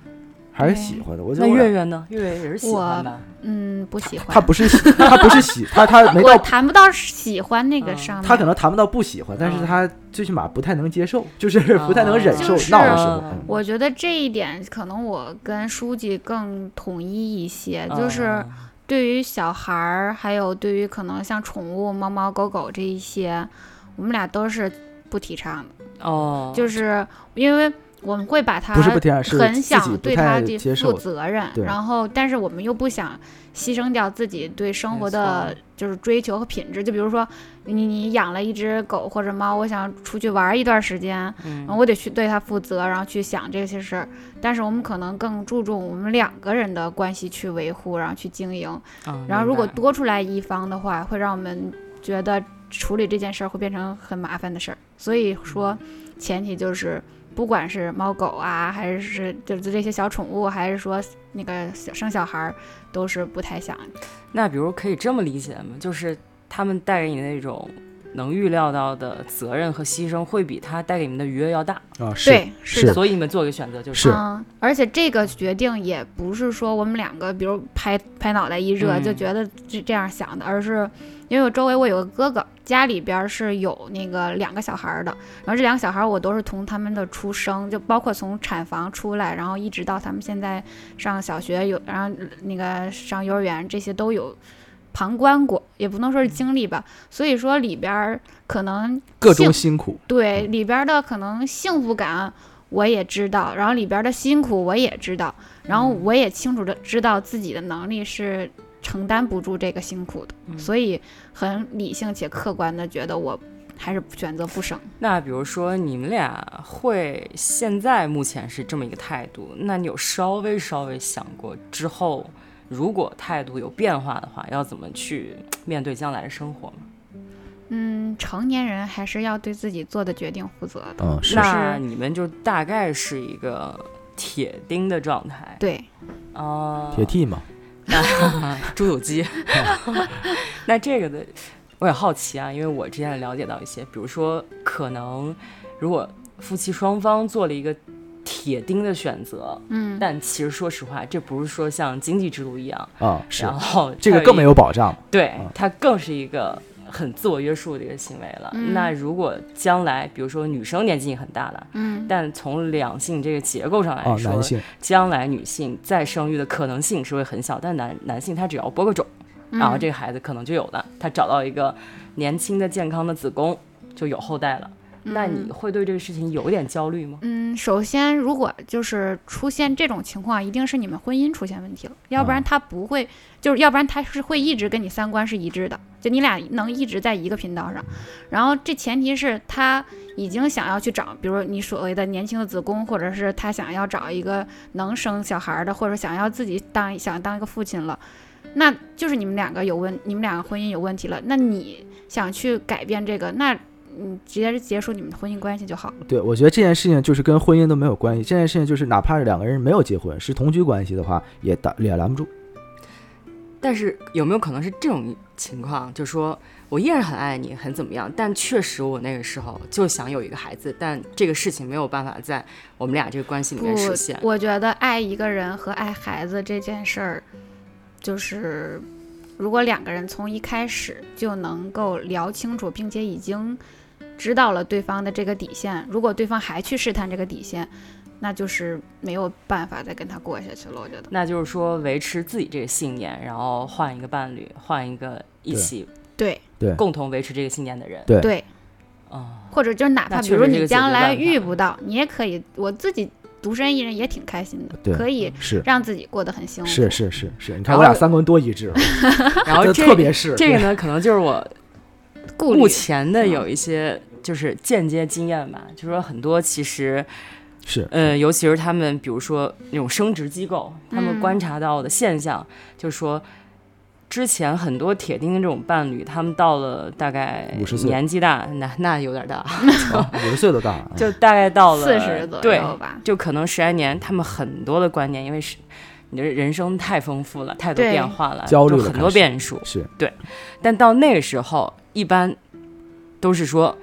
还是喜欢的。我觉那得我月俩月呢？月月也是喜欢吧？嗯，不喜欢。他不是喜，他不是喜，他他没我到，谈不到喜欢那个嗯上面，他可能谈不到不喜欢，但是嗯他最起码不太能接受，就是不太能忍受就是闹的时候。嗯我觉得这一点可能我跟书记更统一一些，嗯哎就是啊对于小孩儿，还有对于可能像宠物、猫猫、狗狗这一些，我们俩都是不提倡的，哦，就是因为我们会把它嗯不是不提倡，是很自己想不对它太的接负受。责任，对然后但是我们又不想牺牲掉自己对生活没的就是追求和品质。就比如说你你养了一只狗或者猫，我想出去玩一段时间，嗯然后我得去对它负责，然后去想这些事儿。但是我们可能更注重我们两个人的关系去维护，然后去经营。啊然后如果明白多出来一方的话，会让我们觉得处理这件事儿会变成很麻烦的事儿。所以说，前提就是不管是猫狗啊，还是就是这些小宠物，还是说那个小生小孩儿，都是不太想。那比如可以这么理解吗？就是他们带给你那种能预料到的责任和牺牲，会比他带给你们的愉悦要大，啊，是对，是是的。所以你们做一个选择就是嗯，而且这个决定也不是说我们两个，比如拍拍脑袋一热、嗯就觉得这这样想的，而是因为我周围我有个哥哥，家里边儿是有那个两个小孩儿的，然后这两个小孩儿我都是从他们的出生，就包括从产房出来，然后一直到他们现在上小学有，然后那个上幼儿园这些都有。旁观过，也不能说是经历吧，所以说里边儿可能各性种辛苦。对里边儿的可能幸福感我也知道，然后里边儿的辛苦我也知道，然后我也清楚的知道自己的能力是承担不住这个辛苦的，所以很理性且客观的觉得我还是选择不生。那比如说你们俩会现在目前是这么一个态度，那你有稍微稍微想过之后如果态度有变化的话，要怎么去面对将来的生活吗？嗯，成年人还是要对自己做的决定负责的。嗯，是那你们就大概是一个铁钉的状态对，哦，铁 T 嘛，猪肚鸡。 那这个的，我也好奇啊，因为我之前了解到一些，比如说可能如果夫妻双方做了一个铁钉的选择，嗯，但其实说实话，这不是说像经济制度一样，啊，是然后这个它更没一有保障。对嗯，它更是一个很自我约束的一个行为了。嗯那如果将来，比如说女生年纪很大了。嗯，但从两性这个结构上啊来，说，男性将来女性再生育的可能性是会很小，但男男性他只要播个种，嗯然后这个孩子可能就有了，他找到一个年轻的健康的子宫，就有后代了。那你会对这个事情有一点焦虑吗？嗯，首先，如果就是出现这种情况，一定是你们婚姻出现问题了，要不然啊他不会，就是要不然他是会一直跟你三观是一致的，就你俩能一直在一个频道上。然后这前提是他已经想要去找，比如你所谓的年轻的子宫，或者是他想要找一个能生小孩儿的，或者想要自己当想当一个父亲了。那就是你们两个有问，你们两个婚姻有问题了。那你想去改变这个，那你直接结束你们的婚姻关系就好了。对，我觉得这件事情就是跟婚姻都没有关系。这件事情就是，哪怕是两个人没有结婚，是同居关系的话，也挡也拦不住。但是有没有可能是这种情况？就说我依然很爱你，很怎么样，但确实我那个时候就想有一个孩子，但这个事情没有办法在我们俩这个关系里不面实现，。我觉得爱一个人和爱孩子这件事儿，就是如果两个人从一开始就能够聊清楚，并且已经知道了对方的这个底线，如果对方还去试探这个底线，那就是没有办法再跟他过下去了。我觉得，那就是说维持自己这个信念，然后换一个伴侣，换一个一对起对共同维持这个信念的人。对对， 啊、或者就是哪那怕比确如实这你个解决将来办法遇不到，你也可以，我自己独身一人也挺开心对的，可以是让自己过得很幸福。是是是是，你看然我俩后三观多一致，然后这这特别是 这个呢，可能就是我顾虑嗯目前的有一些就是间接经验吧，就是说很多其实是，呃，尤其是他们，比如说那种升职机构，他们嗯观察到的现象，就是说，之前很多铁钉的这种伴侣，他们到了大概50岁年纪大，那那有点大，啊五十岁都大了，就大概到了四十左对，右吧。就可能十来年，他们很多的观念，因为是你的人生太丰富了，太多对变化了，焦虑就了很开多始变数。是但到那个时候，一般都是说，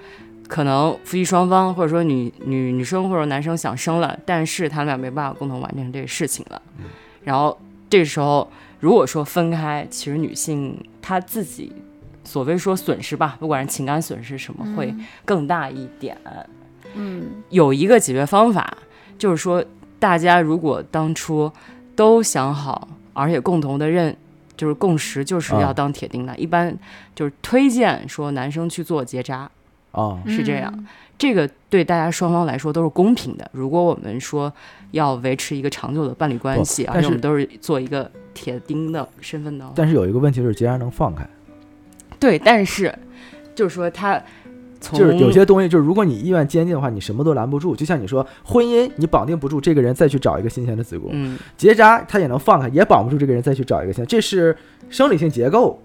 可能夫妻双方或者说女女女生或者男生想生了，但是他们俩没办法共同完成这个事情了。然后这时候如果说分开，其实女性她自己所谓说损失吧，不管是情感损失什么，会更大一点。嗯，有一个解决方法，就是说大家如果当初都想好，而且共同的认就是共识，就是啊要当铁钉的。一般就是推荐说男生去做结扎，啊，是这样嗯这个对大家双方来说都是公平的。如果我们说要维持一个长久的伴侣关系，不而但是且我们都是做一个铁钉的身份的话，但是有一个问题就是，截然能放开，对，但是就是说他从就是有些东西，就是如果你意愿坚定的话，你什么都拦不住。就像你说，婚姻你绑定不住这个人，再去找一个新鲜的子宫；嗯，结扎他也能放开，也绑不住这个人，再去找一个新的。这是生理性结构，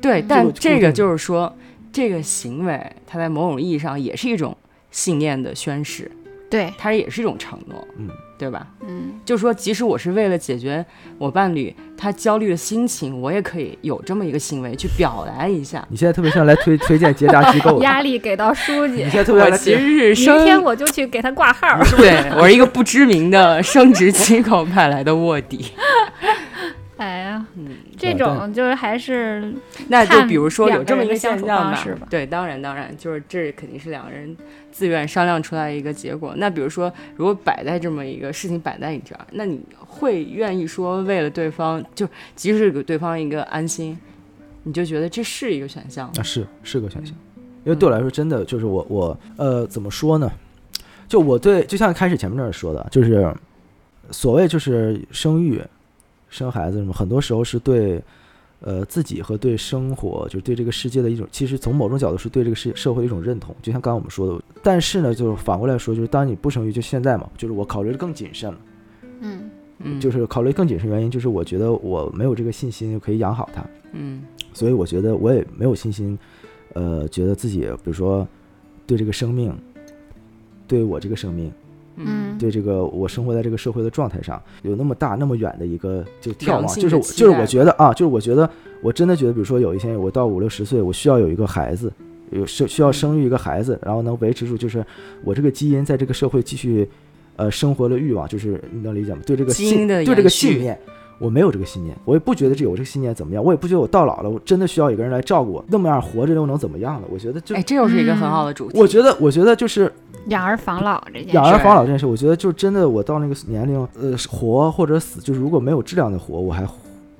对，嗯但就这固定个的就是说，这个行为它在某种意义上也是一种信念的宣誓，对，它也是一种承诺，嗯，对吧？嗯就是说，即使我是为了解决我伴侣他焦虑的心情，我也可以有这么一个行为去表达一下。你现在特别像来推推荐结扎机 构的，压力给到书你记现，在特别像我来其推，实是明天生，我就去给他挂号。嗯对我是一个不知名的升职 机构派来的卧底。哎呀，嗯，这对但种就是还是那就看比如说有这么一个两现个人的相处象方式吧对，当然当然，就是这肯定是两个人自愿商量出来一个结果。那比如说，如果摆在这么一个事情摆在你这儿，那你会愿意说为了对方，就即使给对方一个安心，你就觉得这是一个选项吗？啊，是是个选项，因为对我来说，真的就是我我呃，怎么说呢？就我对，就像开始前面那儿说的，就是所谓就是生育、生孩子什么，很多时候是对呃自己和对生活，就是对这个世界的一种，其实从某种角度是对这个世社会的一种认同。就像刚刚我们说的，但是呢，就是反过来说，就是当你不生育，就现在嘛，就是我考虑的更谨慎了。嗯嗯，就是考虑更谨慎，原因就是我觉得我没有这个信心可以养好它。嗯所以我觉得我也没有信心，呃，觉得自己比如说对这个生命，对我这个生命，嗯，对这个我生活在这个社会的状态上，有那么大那么远的一个就眺良望，性就是的我期就是待我觉得啊，就是我觉得我真的觉得，比如说有一天我到五六十岁，我需要有一个孩子，有需需要生育一个孩子，然后能维持住就是我这个基因在这个社会继续呃生活的欲望，就是你能理解吗？对这个基信因的对这个延续信念。我没有这个信念，我也不觉得这有这个信念怎么样，我也不觉得我到老了，我真的需要一个人来照顾我，那么样活着又能怎么样呢？我觉得就，哎，这又是一个很好的主题。我觉得，我觉得就是养儿防老这件养事，儿防老这件事，我觉得就真的，我到那个年龄，呃，活或者死，就是如果没有质量的活，我还活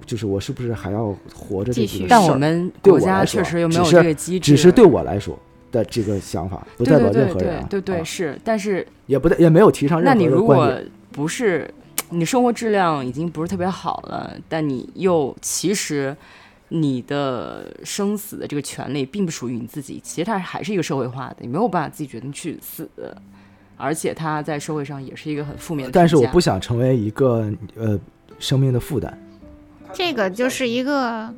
就是我是不是还要活着这继续几个事但我儿？们对国我家来说啊确实又没有只是这个机制，只是对我来说的这个想法，不对代表对任对何人啊对，对对啊是，但是也不代也没有提倡那任你何的如观果点。不是你生活质量已经不是特别好了，但你又其实你的生死的这个权利并不属于你自己，其实它还是一个社会化的，你没有办法自己决定去死，而且它在社会上也是一个很负面的评价。但是我不想成为一个呃生命的负担，这个就是一个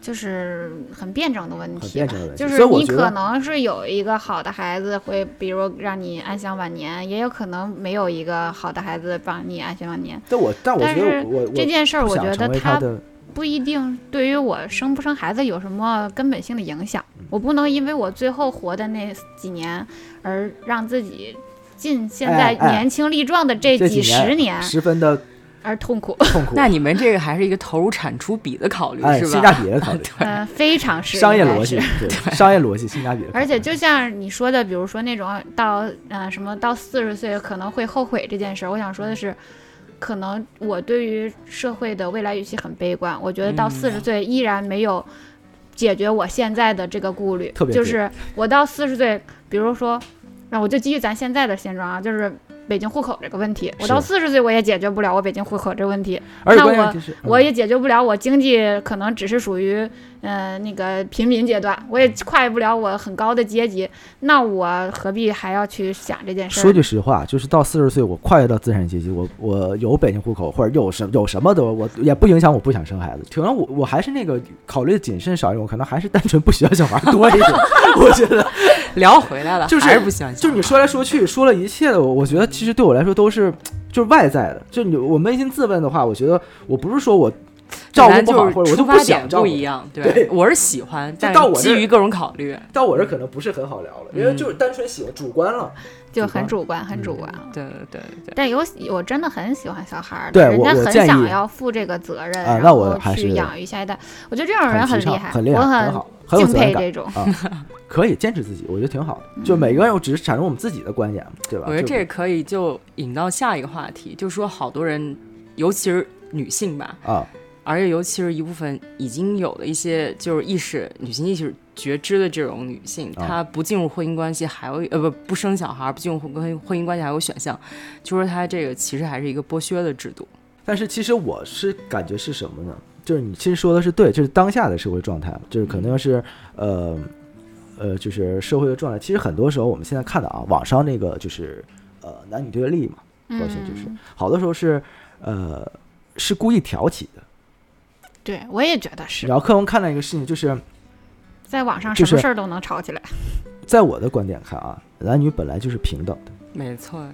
就是很辩证的问很题辩吧证的问题。就所是以我你觉可得，能是有一个好的孩子，会比如让你安享晚年，也有可能没有一个好的孩子帮你安享晚年。但我但我觉但得是我我这件事儿，不我想觉得成为他的不一定对于我生不生孩子有什么根本性的影响。嗯我不能因为我最后活的那几年，而让自己尽现在哎哎年轻力壮的这这几十年十分的而痛苦，痛苦，那你们这个还是一个投入产出比的考虑，哎是性吧？价比 的考虑，嗯，非常是商业应该逻是辑，对商业逻辑性价比的考虑，而且就像你说的，比如说那种到呃什么到四十岁可能会后悔这件事儿，我想说嗯的是，可能我对于社会的未来预期很悲观，我觉得到嗯四十岁依然没有解决我现在的这个顾虑，特别就对是我到四十岁，比如说，那我就基于咱现在的现状啊，就是。北京户口这个问题，我到是四十岁我也解决不了我北京户口这个问题，而且那关我键就是嗯我也解决不了我经济可能只是属于呃那个平民阶段，我也跨越不了我很高的阶级，那我何必还要去想这件事儿？说句实话，就是到四十岁，我跨越到资产阶级，我我有北京户口或者有什有什么的，我也不影响我不想生孩子。可能我我还是那个考虑的谨慎少一点，我可能还是单纯不需要小孩多 一点。我觉得聊回来了，就是还是不喜欢就是你说来说去说了一切的，我我觉得其实对我来说都是就是外在的。就你我扪心自问的话，我觉得我不是说我照顾咱不就好，是或者我就出不发想点照顾不。一样，对，对我是喜欢，但到是我这基儿于各种考虑，到我这可能不是很好聊了，因为嗯就是单纯喜欢主观嗯了。就很主观，很主观啊。对对对，但有我真的很喜欢小孩儿的，对人我家我很建想议要负这个责任，啊然那我后还去是养育下一代。我觉得这种人很提厉倡害，很厉害，我很好，很有敬责任佩感这种。啊。可以坚持自己，我觉得挺好的。就每个人，我只是阐述我们自己的观点，对吧？我觉得就这个可以就引到下一个话题，就说好多人，尤其是女性吧，啊，而且尤其是一部分已经有了一些就是意识女性意识觉知的这种女性，啊她不进入婚姻关系还有呃不不生小孩，不进入婚婚婚姻关系还有选项，就说她这个其实还是一个剥削的制度。但是其实我是感觉是什么呢？就是你其实说的是对，这是当下的社会状态嘛，就是可能是呃呃，就是社会的状态。其实很多时候我们现在看的啊，网上那个就是呃男女对立嘛，我现在就是嗯，好多时候是呃是故意挑起的。对我也觉得是然后客观看到一个事情，就是在网上就什么是事儿都能吵起来。在我的观点看啊，男女本来就是平等的，没错，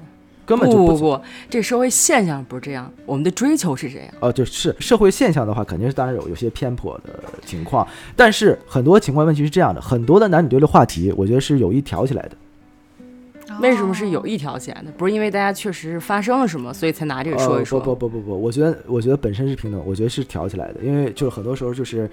根本就不不不不，这社会现象不是这样，我们的追求是这样。呃，就是社会现象的话，肯定是当然有有些偏颇的情况，但是很多情况问题是这样的，很多的男女对立话题，我觉得是有意挑起来的。为什么是有哦一条线的？不是因为大家确实是发生了什么，所以才拿这个呃说一说。不不不不不，我觉得我觉得本身是平等，我觉得是挑起来的，因为就是很多时候就是。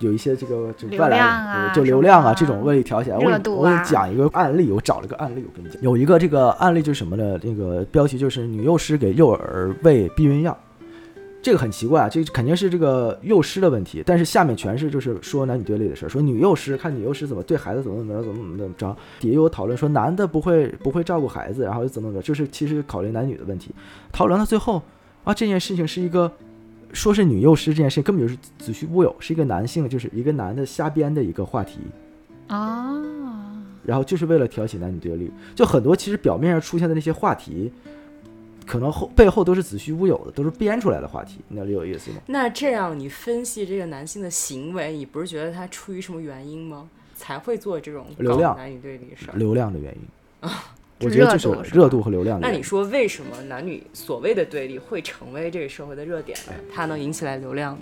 有一些这个就流外来人量啊呃就什流么量啊啊这种问题挑起来，我给热你度我给你啊讲一个案例，我找了个案例，我跟你讲，有一个这个案例就是什么呢？那个标题就是女幼师给幼儿喂避孕药，这个很奇怪啊，这肯定是这个幼师的问题，但是下面全是就是说男女对立的事儿，说女幼师看女幼师怎么对孩子怎么怎么着，怎么怎么怎么着，也有讨论说男的不会不会照顾孩子，然后又怎么怎么着，就是其实考虑男女的问题，讨论到最后啊，这件事情是一个说是女幼师这件事情根本就是子虚乌有，是一个男性就是一个男的瞎编的一个话题，啊，然后就是为了挑起男女对立，就很多其实表面上出现的那些话题，可能后背后都是子虚乌有的，都是编出来的话题，你理有意思吗？那这样你分析这个男性的行为，你不是觉得他出于什么原因吗？才会做这种流搞量男女对立的事儿？流量的原因，我啊就觉得热就度是是热吧度和流量的那原你因。说为什么男女所谓的对立会成为这个社会的热点哎呢？它能引起来流量，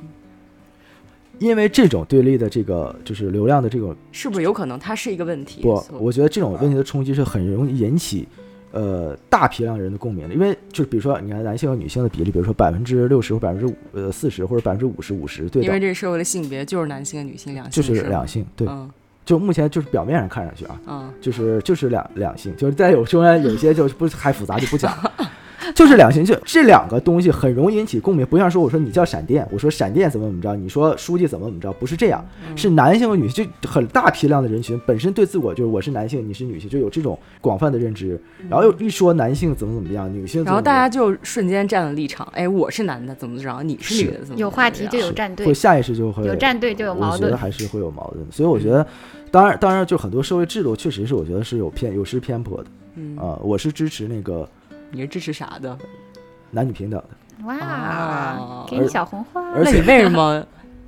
因为这种对立的这个就是流量的这种是不是有可能它是一个问题？不，所我觉得这种问题的冲击是很容易引起，呃，大批量人的共鸣的。因为就是比如说，你看男性和女性的比例，比如说百分之六十或百分之五呃四十或者百分之五十五十对因为的，这个社会的性别就是男性和女性两性就制嘛，是两性对。嗯就目前就是表面上看上去啊，嗯，就是就是两两性，就是再有中间有些就是不太复杂就不讲了。就是两性，就这两个东西很容易引起共鸣，不像说我说你叫闪电，我说闪电怎么怎么着，你说书记怎么怎么着，不是这样，是男性和女性，就很大批量的人群本身对自我就是我是男性，你是女性，就有这种广泛的认知，然后又一说男性怎么怎么样，女性怎然么后怎大么家样，就瞬间站了立场，哎，我是男的怎么怎么着，你是女的怎么怎么有话题着就有站队嗯会，下意识就会有站队就有矛我觉盾得。还是会有矛盾，所以我觉得，当然当然就很多社会制度确实是我觉得是有偏有失偏颇的嗯，啊、我是支持那个你是支持啥的？男女平等的，哇啊，给你小红花，而那且你为什么？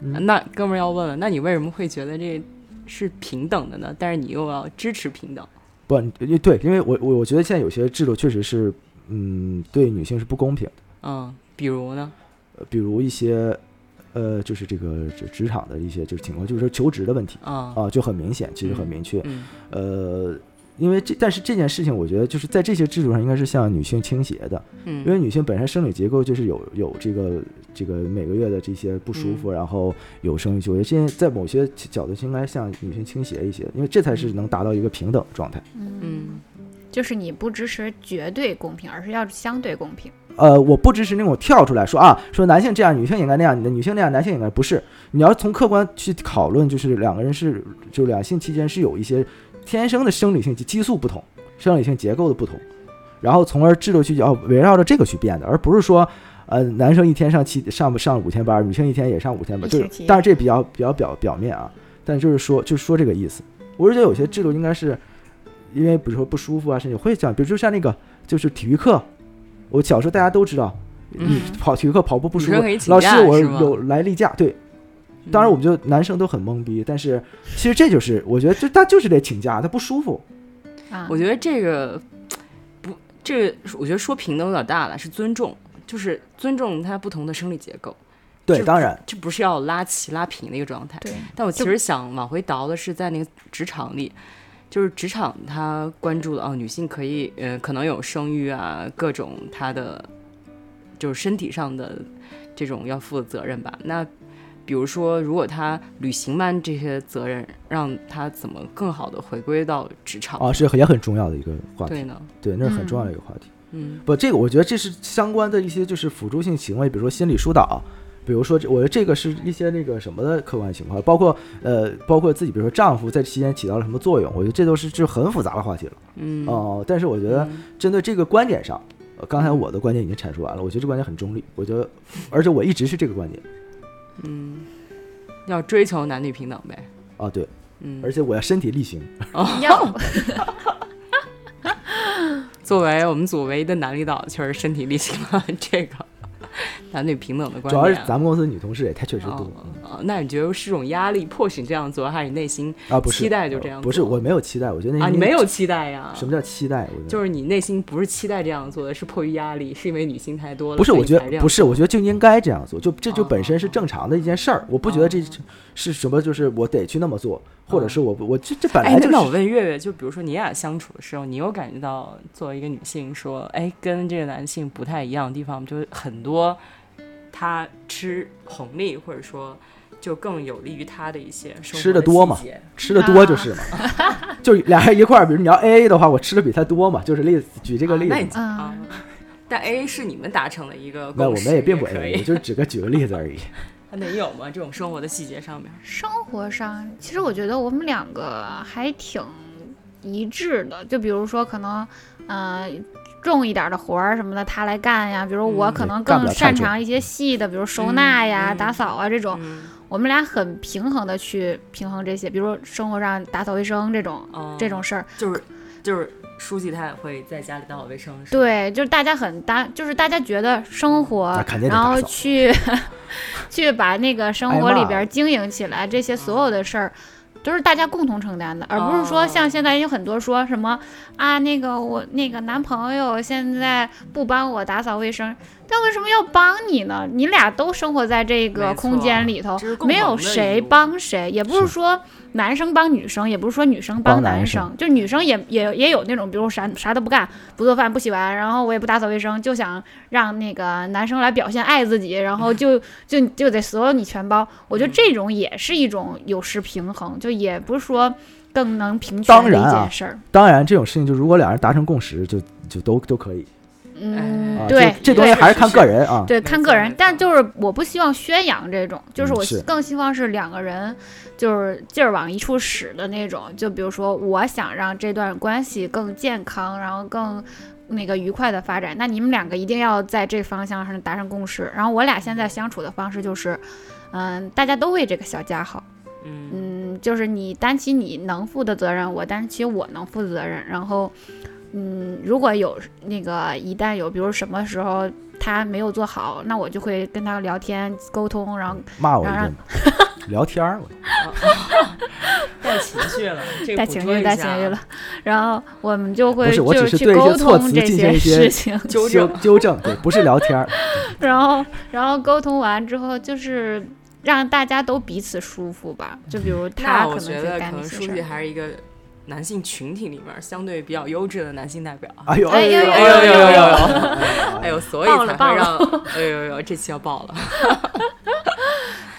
嗯那哥们儿要问了，那你为什么会觉得这是平等的呢？但是你又要支持平等，不你对，因为我我我觉得现在有些制度确实是嗯对女性是不公平的。嗯，比如呢？呃比如一些，呃，就是这个职职场的一些就是情况，就是说求职的问题啊、啊，就很明显，其实很明确。嗯，呃，因为这但是这件事情，我觉得就是在这些制度上应该是向女性倾斜的，嗯因为女性本身生理结构就是有有这个这个每个月的这些不舒嗯服，然后有生育就业，这些在某些角度应该向女性倾斜一些，因为这才是能达到一个平等状态。嗯，就是你不支持绝对公平，而是要相对公平。呃，我不支持那种跳出来说啊，说男性这样，女性应该那样，你的女性那样，男性应该不是。你要从客观去讨论，就是两个人是，就两性期间是有一些天生的生理性激素不同，哦生理性结构的不同，然后从而制度去要围绕着这个去变的，而不是说，呃，男生一天上七上不上五天班，女生一天也上五天班，一就星是期，当然这比较比较表表面啊，但就是说就是说这个意思。我是觉得有些制度应该是，因为比如说不舒服啊，甚至会讲，比如就像那个就是体育课，我小时候大家都知道，你嗯跑体育课跑步不舒女服生可以，请老师假我是吗有来例假，对，嗯当然我们就男生都很懵逼，但是其实这就是我觉得就他就是得请假，他不舒服，啊我，觉得这个不，这个我觉得说平等有点大了，是尊重，就是尊重它不同的生理结构，对，就当然这不是要拉齐拉平的一个状态。对，但我其就实想往回倒的是在那个职场里，就是职场它关注的哦，女性可以呃可能有生育啊，各种她的就是身体上的这种要负的责任吧。那比如说，如果她履行完这些责任，让她怎么更好的回归到职场？啊是很也很重要的一个话对题，呢，对，那是很重要的一个话题。嗯不，这个我觉得这是相关的一些就是辅助性行为，比如说心理疏导，比如说这我觉得这个是一些那个什么的客观情况，包括呃包括自己，比如说丈夫在期间起到了什么作用，我觉得这都是就很复杂的话题了嗯哦、但是我觉得嗯针对这个观点上，呃刚才我的观点已经阐述完了，我觉得这观点很中立，我觉得而且我一直是这个观点嗯，要追求男女平等呗。啊，对，嗯，而且我要身体力行，啊要作为我们组唯一的男领导，确实身体力行了 这个男女平等的观主点。啊要是咱们公司女同事也太确实多哦哦，那你觉得是种压力迫使你这样做，还是你内心啊，不是期待就呃这样不是做我没有期待，我觉得那啊？应你该没有期待呀？什么叫期待，我觉得就是你内心不是期待这样做的，是迫于压力，是因为女性太多了，不是，所以我觉才这得样不是，我觉得就应该这样做，就这就哦本身是正常的一件事儿，我不觉得这哦是什么，就是我得去那么做，或者是我不我这这本哎来，那就那我是问月月，就比如说你俩相处的时候，你有感觉到作为一个女性说，哎，跟这个男性不太一样的地方，就是很多他吃红利，或者说就更有利于他的一些生活吃得的多嘛细节吃的啊多就是嘛， 就俩人一块儿，比如你要 A A 的话，我吃的比他多嘛，就是例子举这个啊例那你子，嗯啊，但 A 是你们达成了一 个共那我识，们也并不 A 可 A，以，就是只个举个例子 而已。那能有吗？这种生活的细节上面，生活上，其实我觉得我们两个还挺一致的。就比如说，可能，嗯、重一点的活儿什么的，他来干呀。比如我嗯可能对干更不了太擅重长一些细的，比如收纳呀、嗯打扫啊这种。嗯，我们俩很平衡的去平衡这些，比如说生活上打扫卫生这种、哦这种事儿。就是就是书记他也会在家里打扫卫生，是吧，对，就是大家很搭，就是大家觉得生活啊那肯，定得然打后扫去 去把那个生挨活骂里边经营起来，这些所有的事儿。都是大家共同承担的，而不是说像现在有很多说什么、啊，那个我那个男朋友现在不帮我打扫卫生，但为什么要帮你呢？你俩都生活在这没个错空间里头这是，共没有同的义谁务帮谁，也不是是说男生帮女生，也不是说女生帮帮男男生生，就女生也也也有那种，比如啥啥都不干，不做饭，不洗碗，然后我也不打扫卫生，就想让那个男生来表现爱自己，然后就就就得所有你全包。我觉得这种也是一种有失平衡，就也不是说更能平当权的然一啊件事儿。当然，这种事情就如果俩人达成共识，就就都都可以嗯哎，啊。对这，这东西对还是看个人啊。对，没看错个没人，但错就是我不希望宣扬这种，就是嗯我是更希望是两个人就是劲儿往一处使的那种。就比如说，我想让这段关系更健康，然后更那个愉快的发展，那你们两个一定要在这方向上达成共识。然后我俩现在相处的方式就是，嗯，大家都为这个小家好，嗯。嗯，就是你担起你能负的责任，我担起我能负的责任。然后，嗯，如果有那个一旦有，比如什么时候他没有做好，那我就会跟他聊天沟通，然后骂我一然顿，聊天儿，我带情绪了，这个带补情充绪一带情下啊绪了， 然后我们就会不是我就只是去对一些沟措通辞这进行一些事情，纠修正纠正，对，不是 聊天儿，然后然后沟通完之后就是。让大家都彼此舒服吧，就比如他那可我能觉去得可干那能些书事记儿，还是一个男性群体里面儿相对比较优质的男性代表啊。哎呦哎呦呦哎呦呦呦呦呦呦 哎呦，所以爆才了会让，哎呦呦，这期要爆了，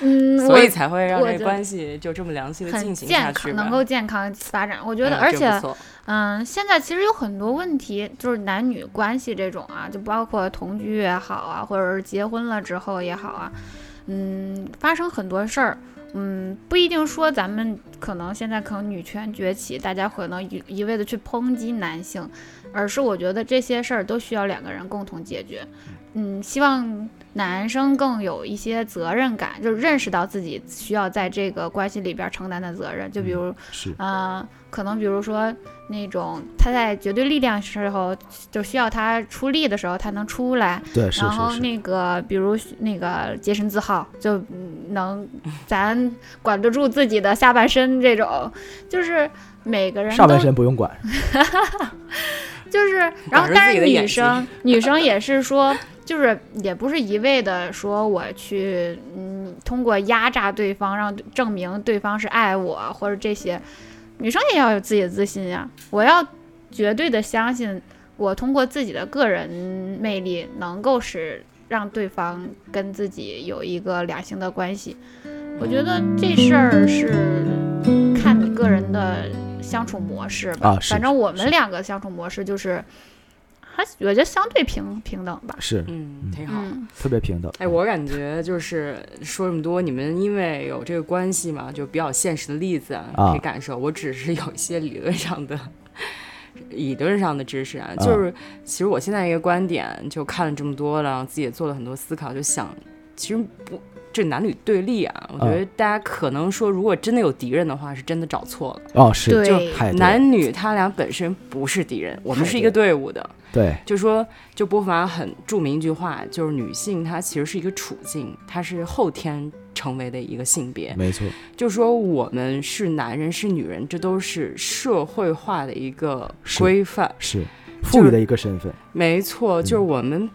嗯，所我以才会让我这觉个得关系就这么良性的很进行下健去康，吧。能够健康发展。我觉得，嗯而这且不错嗯，现在其实有很多问题，就是男女关系这种啊，就包括同居也好啊，或者是结婚了之后也好啊，嗯，发生很多事儿。嗯，不一定说咱们可能现在可能女权崛起，大家可能一一味的去抨击男性，而是我觉得这些事儿都需要两个人共同解决。嗯，希望男生更有一些责任感，就是认识到自己需要在这个关系里边承担的责任。就比如，是嗯、可能比如说那种他在绝对力量时候，就需要他出力的时候，他能出来。对，是然后是是，那个，比如那个洁身自好，就嗯能咱管得住自己的下半身，这种就是每个人上都半身不用管，就是，然后着但是自己的眼女生女生也是说，就是也不是一味的说我去嗯通过压榨对方让对证明对方是爱我或者这些，女生也要有自己的自信呀、我要绝对的相信我通过自己的个人魅力能够使让对方跟自己有一个良性的关系。我觉得这事儿是看你个人的相处模式吧。啊嗯是反正我们是两个相处模式就是，还我觉得相对平平等吧。是嗯，挺好。嗯，特别平等。哎，我感觉就是说这么多，你们因为有这个关系嘛，就比较现实的例子啊，啊可以感受。我只是有一些理论上的、理论上的知识啊，就是其实我现在一个观点，就看了这么多了，自己也做了很多思考，就想，其实不，这男女对立啊，我觉得大家可能说，如果真的有敌人的话，是真的找错了。哦，是对，就太对了男女他俩本身不是敌人，我们是一个队伍的。对就说就波伏娃很著名一句话，就是女性她其实是一个处境，她是后天成为的一个性别。没错，就说我们是男人是女人，这都是社会化的一个是规范。是就赋予是的一个身份，没错，就是我们、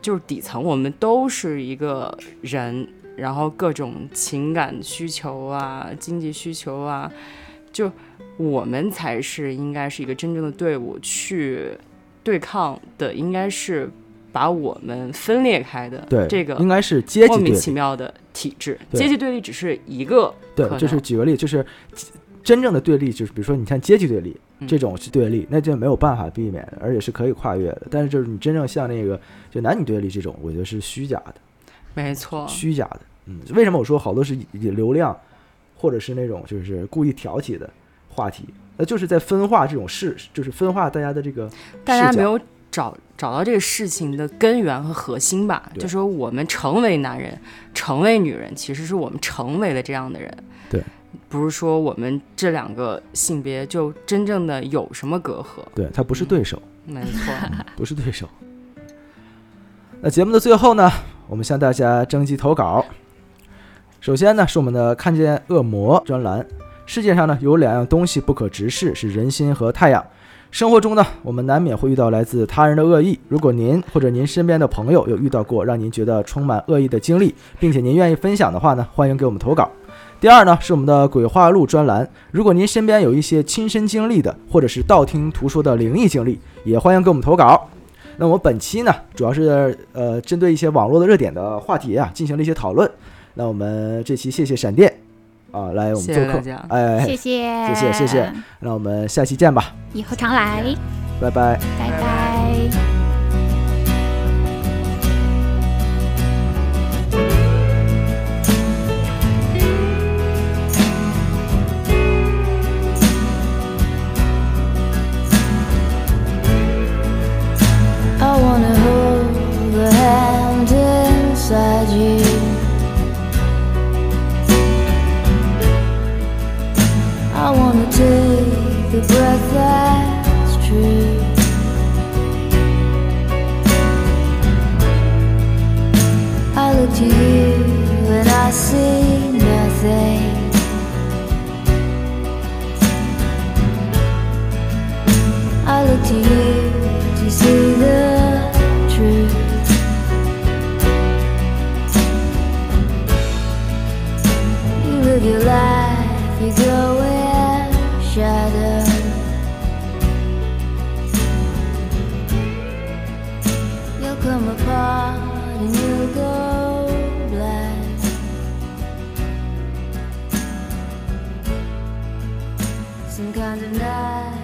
就是底层，我们都是一个人，然后各种情感需求啊、经济需求啊，就我们才是应该是一个真正的队伍去对抗的，应该是把我们分裂开的对，这个应该是阶莫级对名立其妙的体制。对阶级对立只是一个，对可，就是能举个例，就是真正的对立，就是比如说你看阶级对立嗯这种是对立，那就没有办法避免的，而且是可以跨越的。但是就是你真正像那个就男女对立这种，我觉得是虚假的，没错，虚假的。嗯，为什么我说好多是以以流量或者是那种就是故意挑起的话题？那就是在分化这种事，就是分化大家的这个大家视角没有找找到这个事情的根源和核心吧？对就说我们成为男人，成为女人，其实是我们成为了这样的人。对，不是说我们这两个性别就真正的有什么隔阂。对，它不是对手。没错， 不是对手。那节目的最后呢，我们向大家征集投稿。首先呢，是我们的“看见恶魔”专栏。世界上呢有两样东西不可直视，是人心和太阳。生活中呢，我们难免会遇到来自他人的恶意。如果您或者您身边的朋友有遇到过让您觉得充满恶意的经历，并且您愿意分享的话呢，欢迎给我们投稿。第二呢，是我们的鬼话录专栏。如果您身边有一些亲身经历的，或者是道听途说的灵异经历，也欢迎给我们投稿。那我本期呢，主要是呃针对一些网络的热点的话题啊，进行了一些讨论。那我们这期谢谢闪电啊，来我们谢做谢客大，家。哎，谢谢，谢谢谢谢，那我们下期见吧，以后常来，拜拜。拜拜 I wanna hold the hand inside you. I wanna take the breath that's true. I look to you and I see nothing. I look to you to see the truth. You live your life, you go in shadow. You'll come apart and you'll go blind. Some kind of night.